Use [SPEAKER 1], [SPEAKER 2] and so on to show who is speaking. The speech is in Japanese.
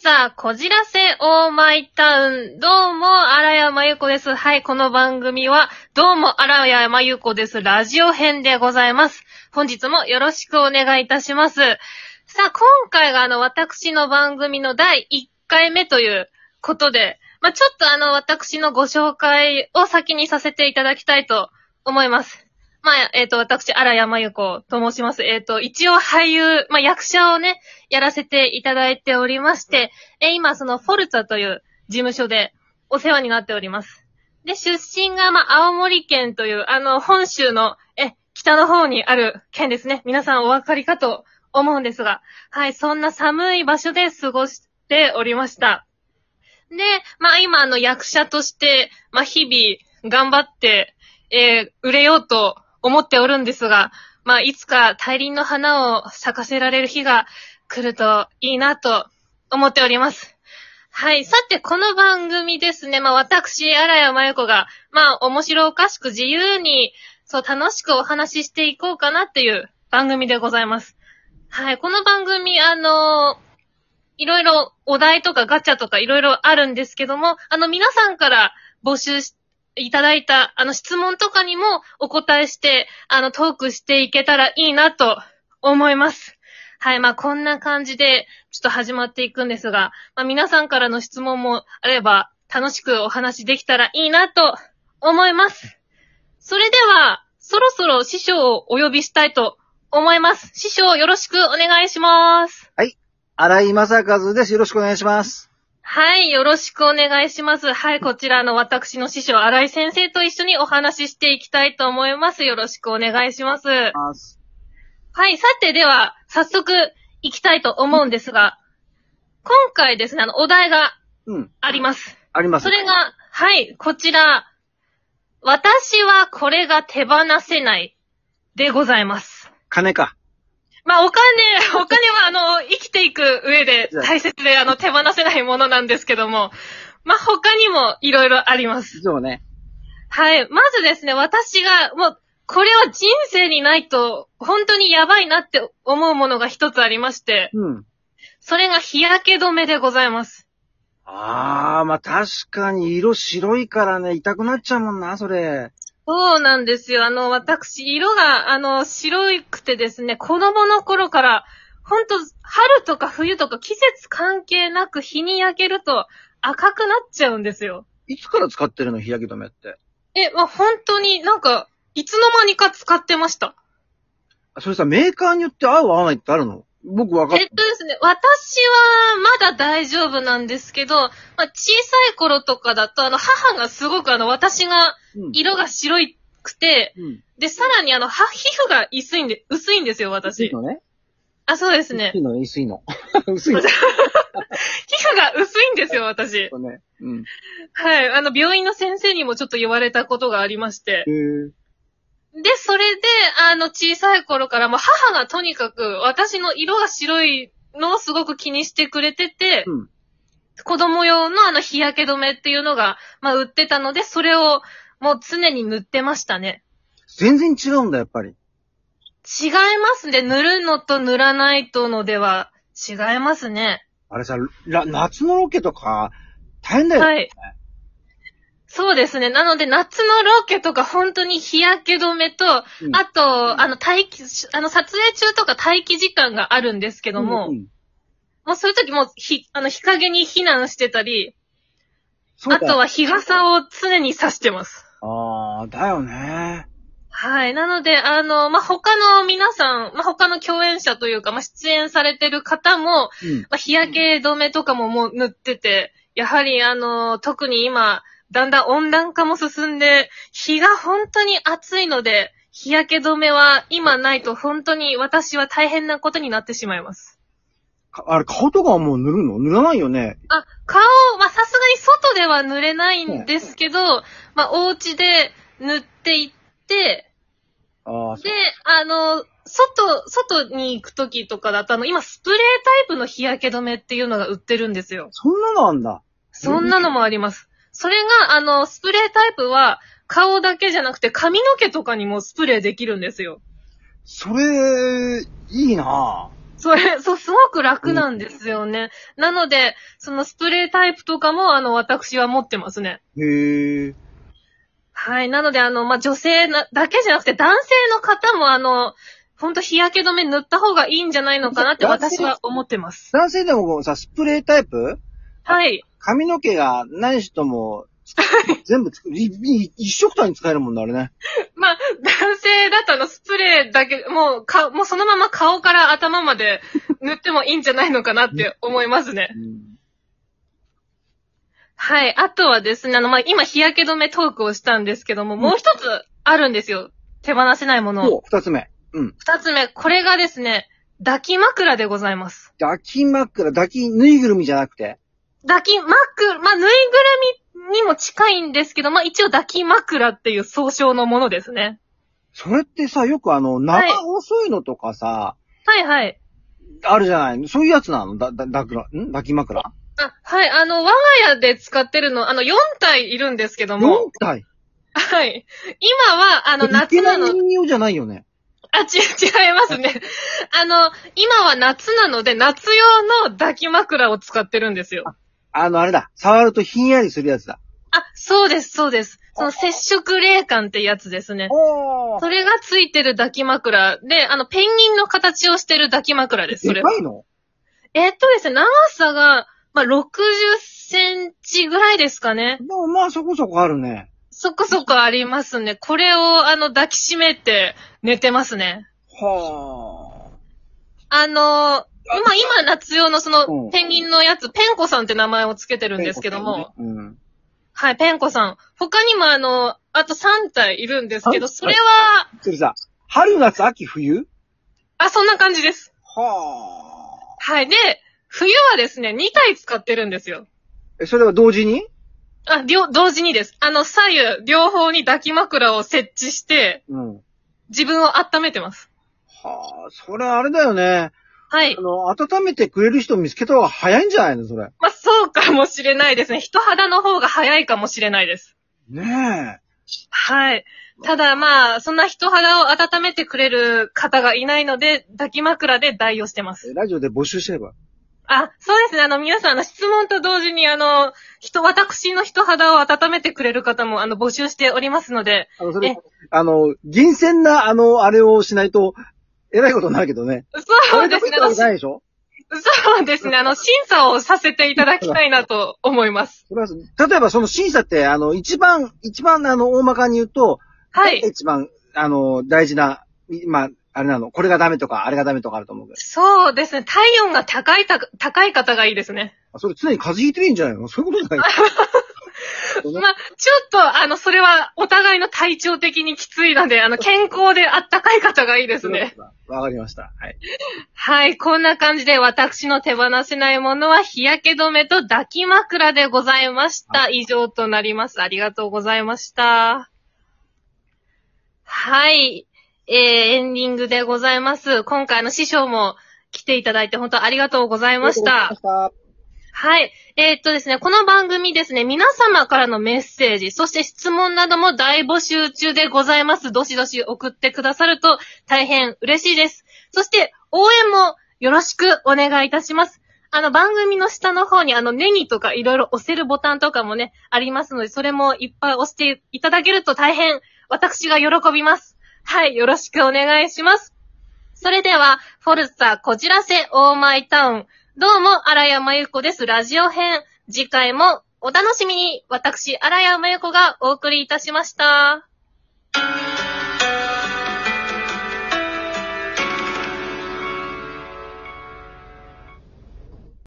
[SPEAKER 1] さあ、こじらせオーマイタウン。どうも、荒谷真由子です。はい、この番組は、どうも、荒谷真由子です。ラジオ編でございます。本日もよろしくお願いいたします。さあ、今回があの、私の番組の第1回目ということで、まあ、ちょっとあの、私のご紹介を先にさせていただきたいと思います。まあ、えっ、と、私、荒山由子と申します。えっ、と、一応俳優、まあ、役者をね、やらせていただいておりまして、えー今、その、フォルツァという事務所でお世話になっております。で、出身が、まあ、青森県という、あの、本州の、え、北の方にある県ですね。皆さんお分かりかと思うんですが、はい、そんな寒い場所で過ごしておりました。で、まあ、今、あの、役者として、まあ、日々、頑張って、えー売れようと思っておるんですが、まあ、いつか大輪の花を咲かせられる日が来るといいなと思っております。はい。さて、この番組ですね。まあ、私、荒谷真由子が、まあ、面白おかしく自由に、そう、楽しくお話ししていこうかなっていう番組でございます。はい。この番組、あのーいろいろお題とかガチャとかいろいろあるんですけども、あの、皆さんから募集しいただいた、あの、質問とかにもお答えして、あの、トークしていけたらいいなと思います。はい、まあ、こんな感じで、ちょっと始まっていくんですが、まあ、皆さんからの質問もあれば、楽しくお話できたらいいなと思います。それでは、そろそろ師匠をお呼びしたいと思います。師匠よろしくお願いします。
[SPEAKER 2] 荒井正和です。よろしくお願いします。
[SPEAKER 1] はい、よろしくお願いします。はい、こちらの私の師匠、荒井先生と一緒にお話ししていきたいと思います。よろしくお願いします。はい、さてでは、早速、行きたいと思うんですが、今回ですね、あの、お題が
[SPEAKER 2] うん。
[SPEAKER 1] あります。
[SPEAKER 2] あります。
[SPEAKER 1] それが、はい、こちら、私はこれが手放せない、でございます。
[SPEAKER 2] 金か。
[SPEAKER 1] まあ、お金、お金は、あの、生きていく上で大切で、あの、手放せないものなんですけども、まあ、他にもいろいろあります。
[SPEAKER 2] そうね。
[SPEAKER 1] はい。まずですね、私が、もう、これは人生にないと、本当にやばいなって思うものが一つありまして、
[SPEAKER 2] うん。
[SPEAKER 1] それが日焼け止めでございます。
[SPEAKER 2] あー、まあ、確かに色白いからね、痛くなっちゃうもんな、それ。
[SPEAKER 1] そうなんですよ。あの、私、色が、あの、白くてですね、子供の頃から、本当春とか冬とか季節関係なく日に焼けると赤くなっちゃうんですよ。
[SPEAKER 2] いつから使ってるの、日焼け止めって。
[SPEAKER 1] え、まあ、本当になんか、いつの間にか使ってました。
[SPEAKER 2] あそれさ、メーカーによって合う合わないってあるの僕分かっ
[SPEAKER 1] えっとですね、私はまだ大丈夫なんですけど、まあ、小さい頃とかだと、あの、母がすごくあの、私が
[SPEAKER 2] うん。
[SPEAKER 1] 色が白いくて、
[SPEAKER 2] うん。
[SPEAKER 1] で、さらにあの、は、皮膚が薄いんで、薄いんですよ、
[SPEAKER 2] 薄い
[SPEAKER 1] 私。
[SPEAKER 2] のね。
[SPEAKER 1] あ、そうですね
[SPEAKER 2] 薄。いの、薄いの。 薄いの。
[SPEAKER 1] 皮膚が薄いんですよ、私。
[SPEAKER 2] ね。 うん。
[SPEAKER 1] はい。あの、病院の先生にもちょっと言われたことがありまして
[SPEAKER 2] へ。ー
[SPEAKER 1] で、それで、あの、小さい頃から、もう母がとにかく、私の色が白いのをすごく気にしてくれてて、
[SPEAKER 2] うん。
[SPEAKER 1] 子供用のあの日焼け止めっていうのが、まあ売ってたので、それをもう常に塗ってましたね。
[SPEAKER 2] 全然違うんだ、やっぱり。
[SPEAKER 1] 違いますね。塗るのと塗らないとのでは違いますね。
[SPEAKER 2] あれさ、ら夏のロケとか、大変だよ。
[SPEAKER 1] はい。そうですね。なので夏のロケとか本当に日焼け止めと、あ
[SPEAKER 2] うん
[SPEAKER 1] と、あの待機、あの撮影中とか待機時間があるんですけども、
[SPEAKER 2] うんうん
[SPEAKER 1] もうそういう時もう日、あの日陰に避難してたり、
[SPEAKER 2] そう
[SPEAKER 1] あ
[SPEAKER 2] だ
[SPEAKER 1] とは日傘を常に差してます。
[SPEAKER 2] あー、だよね。
[SPEAKER 1] はい。なので、あの、まあ、他の皆さん、まあ、他の共演者というか、まあ、出演されてる方も、
[SPEAKER 2] うん。
[SPEAKER 1] まあ、日焼け止めとかももう塗ってて、やはり、あの、特に今、だんだん温暖化も進んで、日が本当に暑いので、日焼け止めは今ないと本当に私は大変なことになってしまいます。
[SPEAKER 2] かあれ、顔とかはもう塗るの塗らないよね。
[SPEAKER 1] あ、顔、まあ、さすがに外では塗れないんですけど、まあ、お家で塗っていって、
[SPEAKER 2] ああ、
[SPEAKER 1] で、あの、外、外に行くときとかだと、あの、今、スプレータイプの日焼け止めっていうのが売ってるんですよ。
[SPEAKER 2] そんなのあんだ。
[SPEAKER 1] そんなのもあります。それが、あの、スプレータイプは、顔だけじゃなくて髪の毛とかにもスプレーできるんですよ。
[SPEAKER 2] それ、いいなぁ。
[SPEAKER 1] それ、そう、すごく楽なんですよね。なので、そのスプレータイプとかも、あの、私は持ってますね。
[SPEAKER 2] へえ。
[SPEAKER 1] はい。なので、あの、まあ、女性なだけじゃなくて、男性の方も、あの、ほんと日焼け止め塗った方がいいんじゃないのかなって
[SPEAKER 2] 男性
[SPEAKER 1] 私は思ってます。
[SPEAKER 2] 男性でもさ、スプレータイプ
[SPEAKER 1] はい。
[SPEAKER 2] 髪の毛がない人も、全部つく、いい一色単に使えるもんな、あれね。
[SPEAKER 1] まあ、男性だとあの、スプレーだけ、もう、か、もうそのまま顔から頭まで塗ってもいいんじゃないのかなって思いますね。
[SPEAKER 2] うん
[SPEAKER 1] はい。あとはですね、あの、まあ、今日焼け止めトークをしたんですけども、もう一つあるんですよ。手放せないもの。
[SPEAKER 2] そう、二つ目。うん。
[SPEAKER 1] 二つ目、これがですね、抱き枕でございます。
[SPEAKER 2] 抱き枕、抱きぬいぐるみじゃなくて。
[SPEAKER 1] 抱き枕、まあ、ぬいぐるみにも近いんですけど、まあ、一応抱き枕っていう総称のものですね。
[SPEAKER 2] それってさ、よくあの、
[SPEAKER 1] はい
[SPEAKER 2] 長細いのとかさ、
[SPEAKER 1] はいはい。
[SPEAKER 2] あるじゃないそういうやつなのだ、だ、だくら、ん抱き枕
[SPEAKER 1] あ、はい、あの、我が家で使ってるの、あの、4体いるんですけども、
[SPEAKER 2] ?4 体
[SPEAKER 1] はい。今は、あの、夏
[SPEAKER 2] 池
[SPEAKER 1] な
[SPEAKER 2] 田
[SPEAKER 1] の、
[SPEAKER 2] 人形じゃないよね。
[SPEAKER 1] あ、ち、違いますね。あの、今は夏なので、夏用の抱き枕を使ってるんですよ。
[SPEAKER 2] あの、あれだ。触るとひんやりするやつだ。
[SPEAKER 1] あ、そうです、そうです。その接触冷感ってやつですね。
[SPEAKER 2] お
[SPEAKER 1] それがついてる抱き枕で、あの、ペンギンの形をしてる抱き枕です、そ
[SPEAKER 2] で
[SPEAKER 1] れは
[SPEAKER 2] か。いの
[SPEAKER 1] えっとですね、長さが、まあ、60センチぐらいですかね。
[SPEAKER 2] でもまあそこそこあるね。
[SPEAKER 1] そこそこありますね。これを、あの、抱きしめて寝てますね。
[SPEAKER 2] は
[SPEAKER 1] あのー、今、今、夏用のそ
[SPEAKER 2] うん
[SPEAKER 1] の、ペンギンのやつ、ペンコさんって名前をつけて
[SPEAKER 2] あ
[SPEAKER 1] るんですけども、。
[SPEAKER 2] うん。
[SPEAKER 1] はい、ペンコさん。他にも、あの、あと3体いるんですけど、
[SPEAKER 2] 三体
[SPEAKER 1] それは、
[SPEAKER 2] それさ、春夏秋冬
[SPEAKER 1] あ、そんな感じです。
[SPEAKER 2] はあ。
[SPEAKER 1] はい。で、冬はですね、2体使ってるんですよ。
[SPEAKER 2] え、それは同時に
[SPEAKER 1] あ、両、同時にです。あの、左右、両方に抱き枕を設置して、
[SPEAKER 2] うん。
[SPEAKER 1] 自分を温めてます。
[SPEAKER 2] はあ、それあれだよね。
[SPEAKER 1] はい
[SPEAKER 2] あ。の、温めてくれる人見つけた方が早いんじゃないのそれ。
[SPEAKER 1] まあ、そうかもしれないですね。人肌の方が早いかもしれないです。
[SPEAKER 2] ね
[SPEAKER 1] はい。ただまあ、そんな人肌を温めてくれる方がいないので、抱き枕で代用してま
[SPEAKER 2] え。
[SPEAKER 1] す。
[SPEAKER 2] ラジオで募集しちゃえば。
[SPEAKER 1] あ、そうですね。あの、皆さん、あの、質問と同時に、あの、人、私の人肌を温めてくれる方も、あの、募集しておりますので、
[SPEAKER 2] あの、そ
[SPEAKER 1] え
[SPEAKER 2] れ、あの、厳選な、あの、あれをしないと、えらいことになるけどね。
[SPEAKER 1] そうですね。あ
[SPEAKER 2] あ
[SPEAKER 1] の
[SPEAKER 2] れだけじゃないでしょ
[SPEAKER 1] そうですね。あの、審査をさせていただきたいなと思います。
[SPEAKER 2] それは例えばその審査って、あの、一番、一番、あの、大まかに言うと、
[SPEAKER 1] はい。
[SPEAKER 2] 一番、あの、大事な、まあ、あれなの、これがダメとか、あれがダメとかあると思うけど。
[SPEAKER 1] そうですね。体温が高いた、高い方がいいですね。
[SPEAKER 2] あそれ常に風邪ひいてるんじゃないのそういうことじゃない
[SPEAKER 1] ま
[SPEAKER 2] ね
[SPEAKER 1] あ、ちょっと、あの、それは、お互いの体調的にきついので、あの、健康であったかい方がいいです ね。
[SPEAKER 2] わかりました。はい。
[SPEAKER 1] はい、こんな感じで、私の手放せないものは、日焼け止めと抱き枕でございました。以上となります。ありがとうございました。はい、えー、エンディングでございます。今回の師匠も来ていただいて、本当ありがとうございました。
[SPEAKER 2] あ
[SPEAKER 1] はい。えーっとですね、この番組ですね、皆様からのメッセージ、そして質問なども大募集中でございます。どしどし送ってくださると大変嬉しいです。そして、応援もよろしくお願いいたします。あの、番組の下の方にあの、ネギとかいろいろ押せるボタンとかもね、ありますので、それもいっぱい押していただけると大変私が喜びます。はい、よろしくお願いします。それでは、フォルツァ、こじらせ、オーマイタウン。どうも、荒谷真由子です。ラジオ編。次回もお楽しみに。私、荒谷真由子がお送りいたしました。
[SPEAKER 2] り